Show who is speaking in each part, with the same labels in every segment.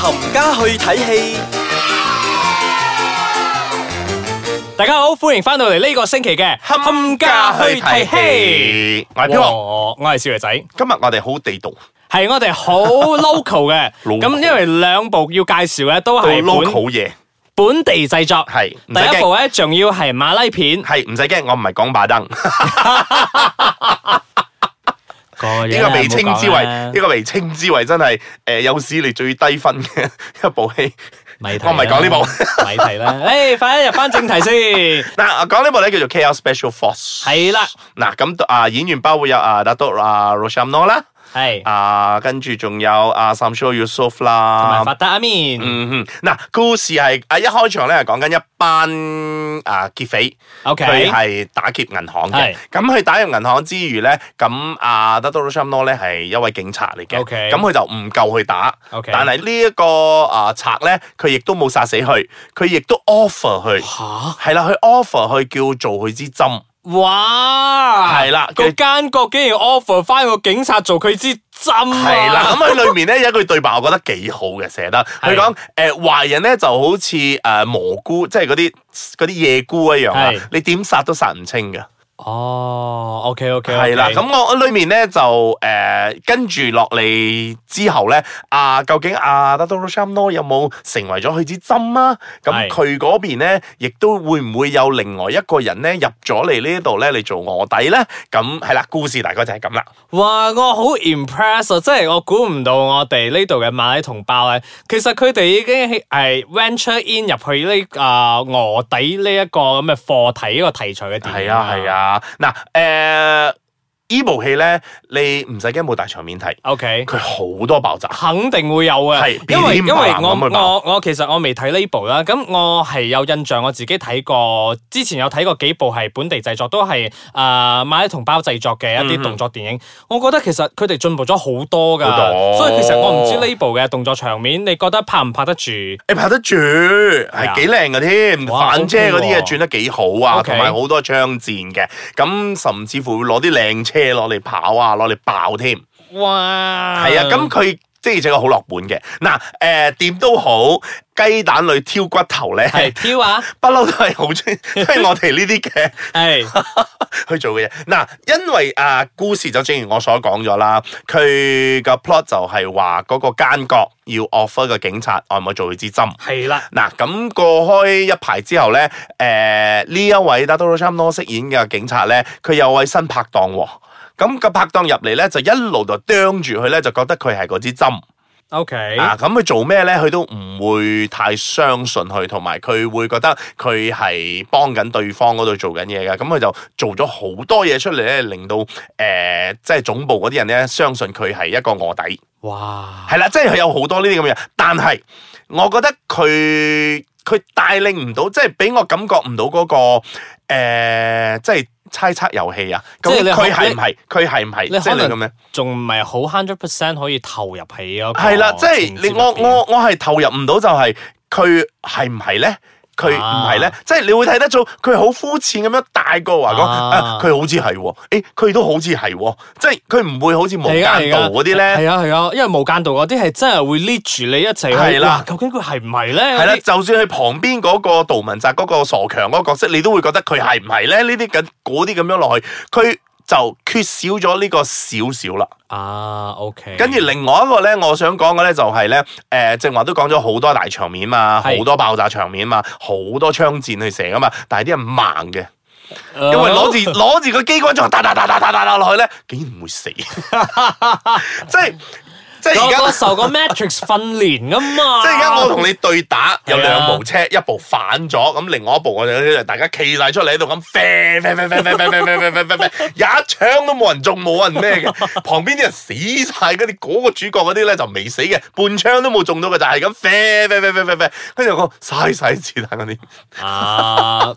Speaker 1: 冚家去睇戲，
Speaker 2: 大家好，歡迎翻到嚟呢個星期嘅
Speaker 3: 冚我係飄紅，
Speaker 2: 我我係少爺仔，
Speaker 3: 今日我哋好地道，
Speaker 2: 係我哋 好 local 嘅。
Speaker 3: Local
Speaker 2: 咁因為兩部要介紹嘅都
Speaker 3: 做
Speaker 2: 係本
Speaker 3: local 嘢，
Speaker 2: 本地製作，
Speaker 3: 係唔使
Speaker 2: 第一部
Speaker 3: 驚，
Speaker 2: 咧仲要係馬拉 片。
Speaker 3: 係唔使驚，我唔係講 把燈，呢
Speaker 2: 呢
Speaker 3: 個被稱 之為呢個被稱之為真係誒有史嚟最低分嘅 一部戲。
Speaker 2: 咪提啦
Speaker 3: 我唔係講呢 部，
Speaker 2: 咪提啦。 誒，快啲入翻正題 先。
Speaker 3: 嗱，我講呢部咧叫做《KL Special Force》。
Speaker 2: 係啦，
Speaker 3: 嗱咁啊，演員包括有啊 Dato 啊 Roshamno 啦，
Speaker 2: 係同
Speaker 3: 啊跟住仲有啊 Samsul Yusof
Speaker 2: 埋
Speaker 3: 啦
Speaker 2: 法。達阿面。
Speaker 3: 嗯哼，嗱，故事係啊一開場咧係講緊一班啊劫匪。
Speaker 2: O K，
Speaker 3: 佢係打劫銀行嘅
Speaker 2: 係，
Speaker 3: 咁佢打入銀行之餘咧，咁阿 d a t o r s h a m n o 咧係一位警察嚟嘅，
Speaker 2: OK
Speaker 3: 咁佢就唔夠佢打
Speaker 2: OK
Speaker 3: 但係呢一個啊賊咧，佢亦都冇殺死佢，佢亦都 offer 佢，
Speaker 2: 吓。
Speaker 3: 係啦，佢 offer 佢叫做佢支針，
Speaker 2: 哇！
Speaker 3: 係啦
Speaker 2: 啊個
Speaker 3: 佢
Speaker 2: 奸角竟然 offer 翻個警察做佢支針啊
Speaker 3: 係啦，咁佢裏面咧有一句對白，我覺得幾好嘅，寫得，
Speaker 2: 係
Speaker 3: 佢講誒壞人咧就好似誒蘑菇，即係嗰啲嗰啲夜菇一樣啊
Speaker 2: 係，
Speaker 3: 你點殺都殺唔清嘅。
Speaker 2: 哦，OK OK，
Speaker 3: 系啦，咁我裏面咧就誒跟住落嚟之後咧，啊究竟啊 d a t o r s h a m n o 有冇成為咗佢支針啊？咁
Speaker 2: 係
Speaker 3: 佢嗰邊咧，亦都會唔會有另外一個人咧入咗嚟呢度咧嚟做卧底咧？咁係啦，故事大概就係咁啦。
Speaker 2: 哇，我好 impress 啊！即係我估唔到我哋呢度嘅馬拉同胞咧，其實佢哋已經係 venture in 入去呢啊卧底呢一個咁嘅課題呢個題材嘅電影。
Speaker 3: 係啊，係。啊，嗱誒。呃呢部戲咧，你唔使驚冇大場面睇，
Speaker 2: OK，
Speaker 3: 佢好多爆炸，
Speaker 2: 肯定會有嘅
Speaker 3: 係，
Speaker 2: 因為
Speaker 3: 噼
Speaker 2: 因
Speaker 3: 里啪
Speaker 2: 為
Speaker 3: 啦
Speaker 2: 我
Speaker 3: 咁去爆
Speaker 2: 我我其實我未睇呢部啦，咁我係有印象，我自己睇過，之前有睇過幾部係本地製作，都係啊馬拉同胞製作嘅一啲動作電影，我覺得其實佢哋進步咗好多㗎
Speaker 3: 嗯好，多
Speaker 2: 所以其實我唔知呢部嘅動作場面，你覺得拍唔拍得住？
Speaker 3: 你哎拍得住，係幾靚嘅添，
Speaker 2: 哎哇
Speaker 3: 反車嗰啲
Speaker 2: OK
Speaker 3: 嘢
Speaker 2: 喎
Speaker 3: 轉得幾好啊，
Speaker 2: OK
Speaker 3: 同埋好多槍戰嘅，咁甚至乎會攞啲靚車落嚟跑啊，攞嚟爆添，
Speaker 2: 哇！
Speaker 3: 係啊，咁佢即係整個好落本嘅。嗱，誒點都好，雞蛋裏挑骨頭咧，
Speaker 2: 係挑啊，
Speaker 3: 不嬲都係好中意， 都係我哋呢啲嘅。
Speaker 2: 係
Speaker 3: 去做嘅嘢。嗱，因為啊故事就正如我所講咗啦，佢個 plot 就係話嗰個奸角要 offer 個警察按摩做佢支針。
Speaker 2: 係啦，
Speaker 3: 嗱，咁過開一排之後咧，誒、呢一位 d a t o r s h a m n o 飾演嘅警察咧，佢有位新拍檔喎。咁個拍檔入嚟咧，就一路就啄住佢咧，就覺得佢係嗰支針
Speaker 2: OK，
Speaker 3: 啊！咁佢做咩咧？佢都唔會太相信佢，同埋佢會覺得佢係幫緊對方嗰度做緊嘢嘅。咁佢就做咗好多嘢出嚟咧，令到誒、即係總部嗰啲人咧相信佢係一個卧底。
Speaker 2: 哇，
Speaker 3: 係啦，即係佢有好多呢啲咁嘅嘢，但係我覺得佢佢帶領唔到，即係俾我感覺唔到嗰、個誒、即係猜測遊戲啊。咁
Speaker 2: 即係你可
Speaker 3: 佢係唔係？佢係唔係？
Speaker 2: 你
Speaker 3: 即
Speaker 2: 可
Speaker 3: 係你咁
Speaker 2: 能哦
Speaker 3: 樣。
Speaker 2: 仲唔係好 hundred percent 可以投入起嗰個
Speaker 3: 係啦，即係
Speaker 2: 情
Speaker 3: 你
Speaker 2: 節
Speaker 3: 我
Speaker 2: 入邊
Speaker 3: 我我係投入唔到，就係佢係唔係咧？佢唔係咧
Speaker 2: 啊，
Speaker 3: 即係你會睇得到佢好膚淺咁樣大個話講，
Speaker 2: 啊
Speaker 3: 啊佢好似係喎，誒佢都好似係喎，即係佢唔會好似無間道嗰啲咧。
Speaker 2: 係啊啊係啊，因為無間道嗰啲係真係會 lead 住你一齊去。
Speaker 3: 係啦
Speaker 2: 哇究竟佢係唔係咧？
Speaker 3: 係啦，就算佢旁邊嗰個杜汶澤嗰個傻強嗰個角色，你都會覺得佢係唔係咧？呢啲咁嗰啲咁樣落去，佢就缺少咗呢個少少啦。
Speaker 2: 啊，OK。
Speaker 3: 跟住另外一個咧，我想講嘅咧就係、咧，誒、正話都講咗好多大場面嘛，好
Speaker 2: 係
Speaker 3: 多爆炸場面嘛，好多槍戰去射啊嘛，但係啲人盲嘅，
Speaker 2: 因
Speaker 3: 因為攞住攞住個機關槍，打打打打打打打落去咧，竟然唔會死，即係即係而
Speaker 2: 我
Speaker 3: 家
Speaker 2: 我。受過 Matrix 訓練噶嘛。
Speaker 3: 即係而家我同你對打，有
Speaker 2: 係啊
Speaker 3: 兩部車，一部反咗，咁另外一部我哋大家企晒出嚟喺度咁啡啡啡啡啡啡啡啡啡啡啡，一槍都冇人中，冇人咩嘅，旁邊啲人死晒，嗰啲嗰個主角嗰啲咧就未死嘅，半槍都冇中到嘅，就係咁啡啡啡啡啡啡，跟住我嘥晒子彈嗰啲，
Speaker 2: 啊，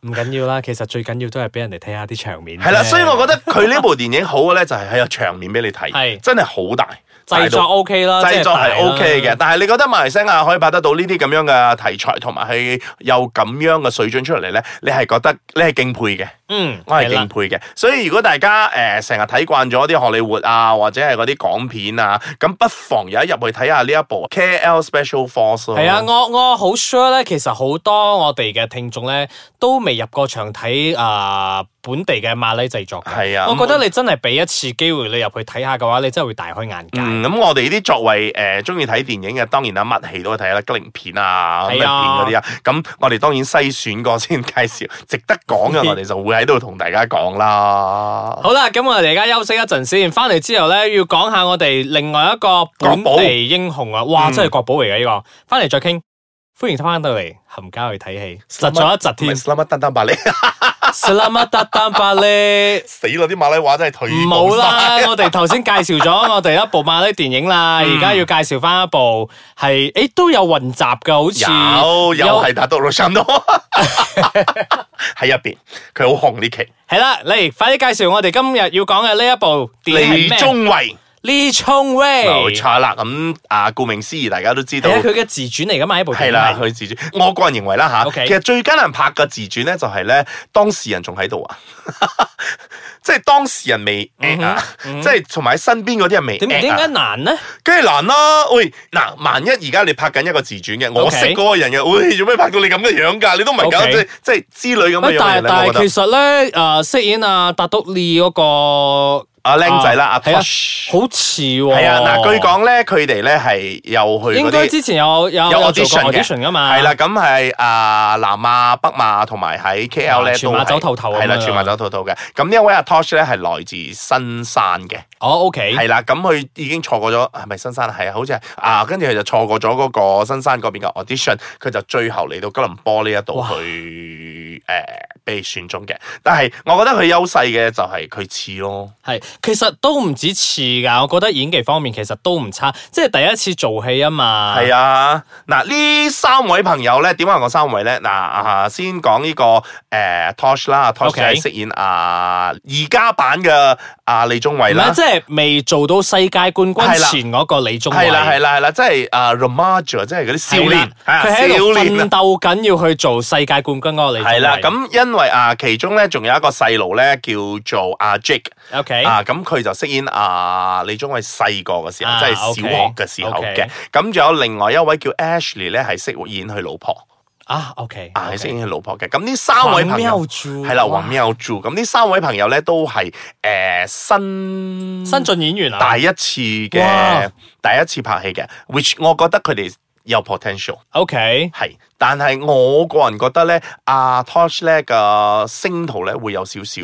Speaker 2: 唔緊要啦，其實最緊要都係俾人哋睇下啲場面啫。
Speaker 3: 係啦，所以我覺得佢呢部電影好嘅咧，就係喺有場面俾你
Speaker 2: 係
Speaker 3: 睇，真係好大，
Speaker 2: 製作
Speaker 3: 大到
Speaker 2: OK 啦，
Speaker 3: 製作
Speaker 2: 啊即大
Speaker 3: 係
Speaker 2: 啦
Speaker 3: OK 嘅，。但係你覺得馬來西亞可以拍得到呢啲咁樣嘅題材，同埋係有咁樣嘅水準出嚟咧，你係覺得你係敬佩嘅，
Speaker 2: 嗯，
Speaker 3: 我係
Speaker 2: 係啦
Speaker 3: 敬佩嘅。所以如果大家誒成日睇慣咗啲荷里活啊，或者係嗰啲港片啊，咁不妨有一入去睇下呢一部 KL Special Force 咯。
Speaker 2: 係啊，我我好 sure 咧，其實好多我哋嘅聽眾咧都未入過場睇啊、本地嘅馬拉製作嘅。
Speaker 3: 係啊，
Speaker 2: 我覺得你真係俾一次機會你入去睇下嘅話，你真係會大開眼界。
Speaker 3: 嗯，咁我哋呢啲作為誒中意睇電影嘅，當然啦，乜戲都會睇啦，吉靈片啊、咩
Speaker 2: 係
Speaker 3: 片
Speaker 2: 啊
Speaker 3: 嗰啲啊。咁我哋當然篩選過先介紹，值得講嘅我哋就會喺度同大家講啦。
Speaker 2: 好啦，咁我哋而家休息一陣先，翻嚟之後咧要講下我哋另外一個本
Speaker 3: 國寶
Speaker 2: 地英雄啊！哇，
Speaker 3: 嗯
Speaker 2: 真係國寶嚟嘅呢個，翻嚟再傾。歡迎翻到嚟，冚家去睇戲，窒咗一窒
Speaker 3: 唔係
Speaker 2: 添。
Speaker 3: ，Selamat Datang Balik
Speaker 2: ，Selamat datang balik。
Speaker 3: 死啦！啲馬拉話真係退步
Speaker 2: 冇啦
Speaker 3: 晒，
Speaker 2: 我哋頭先介紹咗我哋一部馬拉電影啦，
Speaker 3: 嗯
Speaker 2: 而家要介紹翻一部係誒都有混雜嘅，好似
Speaker 3: 有有係打到六 三多喺入邊，佢好紅呢期。
Speaker 2: 係啦，你快啲介紹我哋今日要講嘅呢一部電影
Speaker 3: 李
Speaker 2: 係咩？
Speaker 3: 宗偉
Speaker 2: 李宗偉
Speaker 3: 冇錯啦，咁啊顧名思義，大家都知道
Speaker 2: 係啊，佢嘅自傳嚟噶嘛？呢部電
Speaker 3: 係
Speaker 2: 影
Speaker 3: 啦，
Speaker 2: 係
Speaker 3: 佢自傳，我個人認為啦吓
Speaker 2: OK
Speaker 3: 其實最艱難拍嘅自傳咧，就係咧當事人仲喺度啊， 即係當事人未
Speaker 2: 嗯
Speaker 3: act 啊，即係同埋身邊嗰啲人未
Speaker 2: 點
Speaker 3: act
Speaker 2: 點解
Speaker 3: 啊，
Speaker 2: 難呢？
Speaker 3: 梗係難啦。喂，嗱，萬一而家你拍緊一個自傳嘅，我
Speaker 2: OK
Speaker 3: 識嗰個人嘅， 喂，做咩拍到你咁嘅樣㗎？你都唔係搞
Speaker 2: OK
Speaker 3: 即係即係之類咁啊嘅
Speaker 2: 喂，
Speaker 3: 樣嘅
Speaker 2: 但
Speaker 3: 人
Speaker 2: 係
Speaker 3: 咧，
Speaker 2: 但
Speaker 3: 我覺
Speaker 2: 係
Speaker 3: 得
Speaker 2: 其實咧，誒飾演阿達督利嗰個
Speaker 3: 阿僆仔啦，
Speaker 2: 啊
Speaker 3: 阿
Speaker 2: 係啊
Speaker 3: Tosh
Speaker 2: 好似喎，
Speaker 3: 係啊，嗱，據講咧，佢哋咧係又去
Speaker 2: 應
Speaker 3: 嗰
Speaker 2: 該
Speaker 3: 啲。
Speaker 2: 之前有有
Speaker 3: 有
Speaker 2: 有做過
Speaker 3: audition 嘅
Speaker 2: audition 噶嘛？
Speaker 3: 係啦，咁係啊南亞、北亞同埋喺 KL 咧
Speaker 2: 啊全
Speaker 3: 都
Speaker 2: 馬
Speaker 3: 係
Speaker 2: 走透透咁樣
Speaker 3: 係啦，全馬走透透嘅。咁呢一位阿 Tosh 咧係來自新山嘅，
Speaker 2: 哦，OK，
Speaker 3: 係啦，咁佢已經錯過咗，係咪新山啊？係啊，好似係啊，跟住佢就錯過咗嗰個新山嗰邊嘅 audition，佢就最後嚟到吉隆坡呢一度
Speaker 2: 哇
Speaker 3: 去誒被選中嘅。但係我覺得佢優勢嘅就係佢似咯，
Speaker 2: 係，其實都唔止似㗎，我覺得演技方面其實都唔差，即係第一次做戲啊嘛。
Speaker 3: 係啊，嗱呢三位朋友咧，點解我三位咧？嗱啊，先講呢、個誒、Tosh 啦，Tosh
Speaker 2: OK
Speaker 3: 係飾演啊而家版嘅啊李宗偉
Speaker 2: 唔係
Speaker 3: 啦
Speaker 2: 即。係未做到世界冠
Speaker 3: 係啦
Speaker 2: 軍前嗰個李宗偉。
Speaker 3: 係啦係啦係啦，即係啊 r o m a g e 即係嗰啲少
Speaker 2: 係啦
Speaker 3: 年，啊
Speaker 2: 佢喺度
Speaker 3: 少年啊
Speaker 2: 奮鬥緊，要去做世界冠軍嗰個李宗偉。
Speaker 3: 係啦。咁因為啊，其中咧仲有一個細路咧叫做阿 Jake
Speaker 2: OK，
Speaker 3: 啊，咁佢就飾演啊李宗偉細個嘅時候，
Speaker 2: 啊
Speaker 3: 即係小學嘅時候嘅
Speaker 2: OK，OK。
Speaker 3: 咁仲有另外一位叫 Ashley 咧，係飾演佢老婆
Speaker 2: 啊 OK，
Speaker 3: 啊，係飾演佢老婆嘅。咁呢三位朋友。
Speaker 2: 住
Speaker 3: 係啦，黃喵住咁呢三位朋友咧都係誒、呃新
Speaker 2: 新晉演員啊
Speaker 3: 第一次嘅
Speaker 2: 哇
Speaker 3: 第一次拍戲嘅，which 我覺得佢哋有 potential
Speaker 2: ，OK，
Speaker 3: 係，但係我個人覺得咧，阿、Tosh 咧嘅星途咧會有少 少。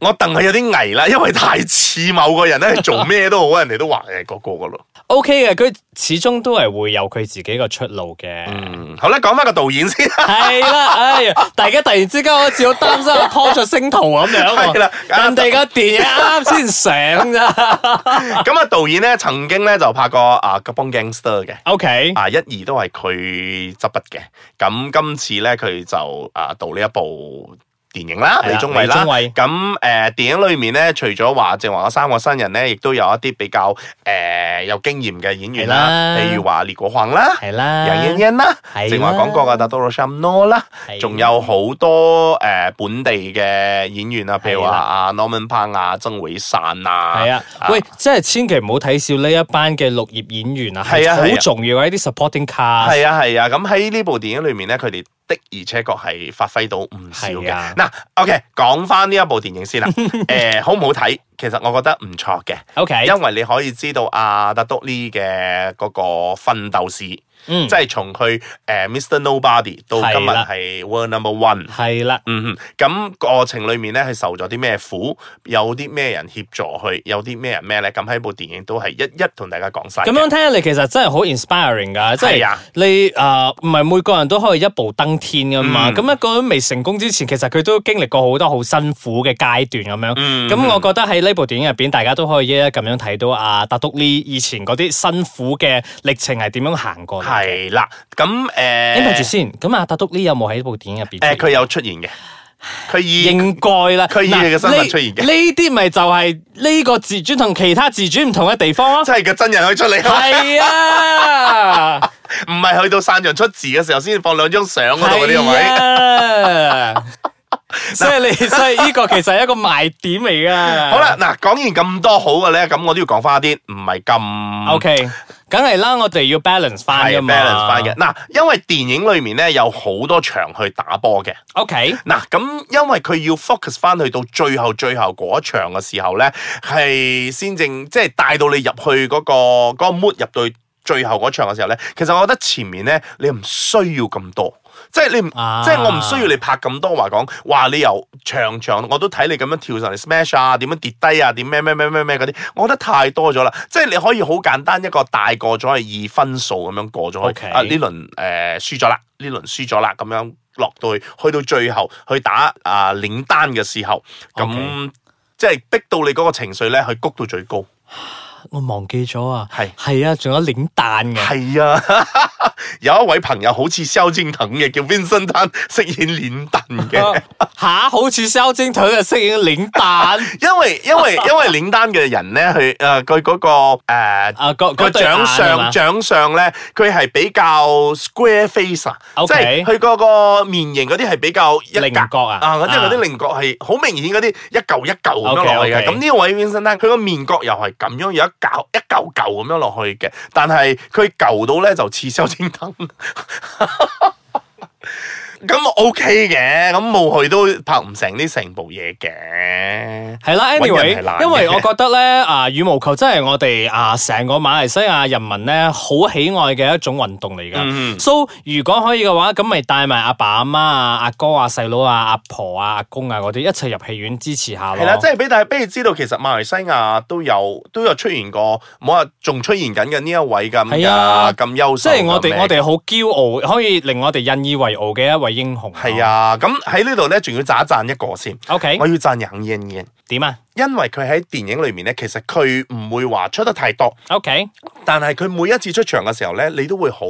Speaker 3: 我戥佢有啲危啦，因為太似某個人咧，做咩都好，人哋都話誒嗰個噶咯。
Speaker 2: OK 嘅，佢始終都係會有佢自己個出路嘅。
Speaker 3: 嗯，好啦，講翻個導演先。
Speaker 2: 係啦，哎 呀，大家突然之間好似好擔心我拖著星途咁樣喎。
Speaker 3: 係啦
Speaker 2: 人哋個電影啱先上 咋。
Speaker 3: 咁啊，導演咧曾經咧就拍過啊《吉邦 Gangster》嘅。
Speaker 2: O K，
Speaker 3: 啊，一二都係佢執筆嘅。咁今次咧，佢就啊導呢一部電影啦，
Speaker 2: 係啦
Speaker 3: 李宗偉啦。
Speaker 2: 李宗偉
Speaker 3: 咁誒、呃、電影裏面咧，除咗話正話嗰三個新人咧，亦都有一啲比較誒、呃有經驗嘅演員
Speaker 2: 係
Speaker 3: 啦，
Speaker 2: 啦
Speaker 3: 譬如話列國宏啦。
Speaker 2: 係啦，
Speaker 3: 楊欣欣啦，
Speaker 2: 係
Speaker 3: 正話
Speaker 2: 啦
Speaker 3: 講過嘅達多羅什諾啦
Speaker 2: 係，
Speaker 3: 仲有好多誒、呃本地嘅演員啊，譬如話
Speaker 2: 係啦
Speaker 3: 阿 Norman Pang 啊、曾偉散啊，
Speaker 2: 係啊，喂，真係千祈唔好睇少呢一班嘅綠葉演員啊，
Speaker 3: 係
Speaker 2: 係
Speaker 3: 啊係啊
Speaker 2: 好重要嘅一啲 supporting cast。
Speaker 3: 係啊係啊，咁喺呢部電影裏面咧，佢哋的而且確係發揮到唔少嘅
Speaker 2: 係啊。
Speaker 3: 嗱、o k 講翻呢一部電 影先啦。誒、好唔好睇？其實我覺得唔錯嘅，
Speaker 2: O K，
Speaker 3: 因為你可以知道阿達督呢嘅嗰個奮鬥史，
Speaker 2: 嗯
Speaker 3: 即，係從佢誒、呃 Mr Nobody 到今日
Speaker 2: 係啦
Speaker 3: 係 World Number One。
Speaker 2: 係啦，
Speaker 3: 嗯哼，咁過程裏面咧，佢受咗啲咩苦，有啲咩人協助佢，有啲咩人咩咧？咁喺部電影都係一一同大家講晒嘅。
Speaker 2: 咁樣聽你其實真係好 inspiring 㗎，即
Speaker 3: 係
Speaker 2: 係
Speaker 3: 啊
Speaker 2: 你誒唔係每個人都可以一步登天㗎嘛。
Speaker 3: 嗯
Speaker 2: 咁一個人未成功之前，其實佢都經歷過好多好辛苦嘅階段咁樣。
Speaker 3: 嗯
Speaker 2: 咁我覺得喺呢部電影入邊，大家都可以一一咁樣睇到阿達督呢以前嗰啲辛苦嘅歷程係點樣行過嚟嘅。
Speaker 3: 係啦，咁誒，
Speaker 2: 誒咪住先，咁啊阿達督呢有冇喺部電影入邊？
Speaker 3: 誒，佢、有出現嘅，佢以
Speaker 2: 應該啦，
Speaker 3: 佢以
Speaker 2: 嗱
Speaker 3: 你嘅身份
Speaker 2: 呢
Speaker 3: 出現嘅
Speaker 2: 呢啲咪就係呢個自傳同其他自傳唔同嘅地方咯。
Speaker 3: 真係個真人可以出嚟，
Speaker 2: 係啊，
Speaker 3: 唔
Speaker 2: 啊
Speaker 3: 係去到散場出字嘅時候先放兩張相嗰度嗰啲係
Speaker 2: 係
Speaker 3: 咪？
Speaker 2: 啊，所以你所以呢個其實係一個賣點嚟噶。
Speaker 3: 好啦，嗱，講完咁多好嘅咧，咁我都要講翻啲唔係咁
Speaker 2: ，OK，梗係啦，我哋要 balance 翻
Speaker 3: 係
Speaker 2: 噶嘛
Speaker 3: balance 翻嘅。嗱，因為電影裏面咧有好多場去打波嘅。
Speaker 2: OK，
Speaker 3: 嗱，咁因為佢要 focus 翻去到最後最後嗰一場嘅時候咧，係先正即係帶到你入去嗰、個嗰、個 mood 入到最後嗰場嘅時候咧，其實我覺得前面咧你唔需要咁多。即係你唔，
Speaker 2: 啊
Speaker 3: 即係我唔需要你拍咁多話講，話你由場場我都睇你咁樣跳上嚟 smash 啊，點樣跌低啊，點咩咩咩咩咩嗰啲，我覺得太多咗啦。即係你可以好簡單一個大個咗係二分數咁樣過咗去
Speaker 2: OK
Speaker 3: 啊呢輪誒輸咗啦，呢輪輸咗啦，咁樣落到去，去到最後去打啊、領單嘅時候，咁
Speaker 2: OK
Speaker 3: 即係逼到你嗰個情緒咧，去谷到最高。
Speaker 2: 我忘記咗啊，
Speaker 3: 係
Speaker 2: 係啊，仲有領蛋嘅，
Speaker 3: 係啊， 有一位朋友好似蕭敬騰嘅，叫 Vincent Tan 飾演臉蛋 嘅。
Speaker 2: 吓，好似蕭精腿就飾演領蛋
Speaker 3: 因為 因為因為領單嘅人咧，佢誒佢嗰個誒
Speaker 2: 啊，個
Speaker 3: 個
Speaker 2: 個對眼係
Speaker 3: 長
Speaker 2: 嘛
Speaker 3: 相長相咧，佢係比較 square face 啊
Speaker 2: OK
Speaker 3: 即係佢嗰個面型嗰啲係比較一格
Speaker 2: 菱角啊
Speaker 3: 啊，即係嗰啲
Speaker 2: 啊
Speaker 3: 菱角係好明顯嗰啲一嚿一嚿咁樣
Speaker 2: OK，
Speaker 3: 落去嘅。
Speaker 2: OK
Speaker 3: 咁呢位 Vincent 咧，佢個面角又係咁樣有一嚿一嚿嚿咁樣落去嘅，但係佢舊到咧就似蕭敬騰。 咁 OK 嘅，咁冇去都拍唔成呢成部嘢嘅。
Speaker 2: 係啦
Speaker 3: 搵人
Speaker 2: ，anyway，
Speaker 3: 係難嘅
Speaker 2: 因為我覺得咧，啊羽毛球真係我哋啊成個馬來西亞人民咧好喜愛嘅一種運動嚟噶。
Speaker 3: 嗯
Speaker 2: so 如果可以嘅話，咁咪帶埋阿爸阿媽啊、阿哥啊、細佬啊、阿婆啊、阿公啊嗰啲一齊入戲院支持下咯。
Speaker 3: 係啦，即係俾大家俾你知道，其實馬來西亞都有都有出現過，冇話仲出現緊嘅呢一位咁
Speaker 2: 係啊
Speaker 3: 嘅咁優秀
Speaker 2: 即
Speaker 3: 嘅
Speaker 2: 係我
Speaker 3: 名
Speaker 2: 哋我哋好驕傲，可以令我哋引以為傲嘅一位英雄。
Speaker 3: 係啊，咁喺呢度咧，仲要讚一讚一個先，
Speaker 2: ，OK，
Speaker 3: 我要讚楊燕燕，
Speaker 2: 點啊
Speaker 3: 因為佢喺電影裏面咧，其實佢唔會話出得太多，
Speaker 2: ？OK，
Speaker 3: 但係佢每一次出場嘅時候咧，你都會好，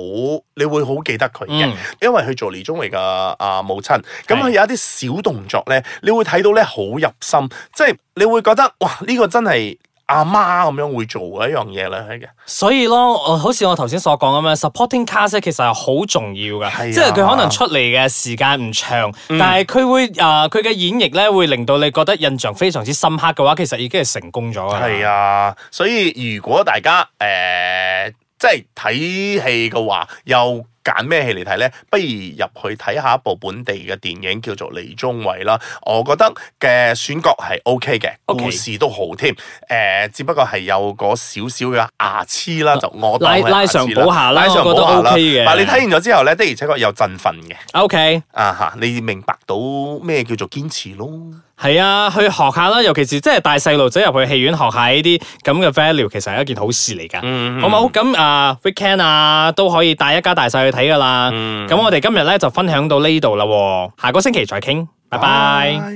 Speaker 3: 你會好記得佢嘅，
Speaker 2: 嗯
Speaker 3: 因為佢做李宗偉嘅啊母親，咁
Speaker 2: 係
Speaker 3: 佢有一啲小動作咧，你會睇到咧好入心，即係你會覺得哇，呢、個真係阿媽咁樣會做嘅一樣嘢啦，係嘅。
Speaker 2: 所以咯，我好似我頭先所講咁樣，supporting cast 咧其實係好重要㗎，
Speaker 3: 係啊嗯
Speaker 2: 即係佢可能出嚟嘅時間唔長，但係佢會啊佢嘅演繹咧會令到你覺得印象非常之深刻嘅話，其實已經係成功咗㗎啦。
Speaker 3: 係啊，所以如果大家誒、呃即係睇戲嘅話，又揀咩戲嚟睇呢？不如入去睇下一部本地嘅電影叫做《李宗偉》啦。我覺得嘅選角係 O K 嘅
Speaker 2: OK
Speaker 3: 故事都好添。誒、只不過係有嗰少少嘅啊牙黐啦，就我當
Speaker 2: 拉
Speaker 3: 係牙
Speaker 2: 拉上
Speaker 3: 齒啦
Speaker 2: 補下啦
Speaker 3: 啊拉上
Speaker 2: 我覺得
Speaker 3: 補下啦
Speaker 2: OK 嘅
Speaker 3: 但你睇完咗之後呢，的而且確有振奮嘅
Speaker 2: OK，
Speaker 3: 啊嚇，你明白到咩叫做堅持咯。
Speaker 2: 係啊，去學下啦，尤其是即係帶細路仔入去戲院學下呢啲咁嘅 value，其實係一件好事嚟㗎。
Speaker 3: 嗯
Speaker 2: 好冇？咁啊，weekend 啊都可以帶一家大細去睇㗎啦。咁、
Speaker 3: 嗯
Speaker 2: 我哋今日咧就分享到呢度啦喎，下個星期再傾，拜拜。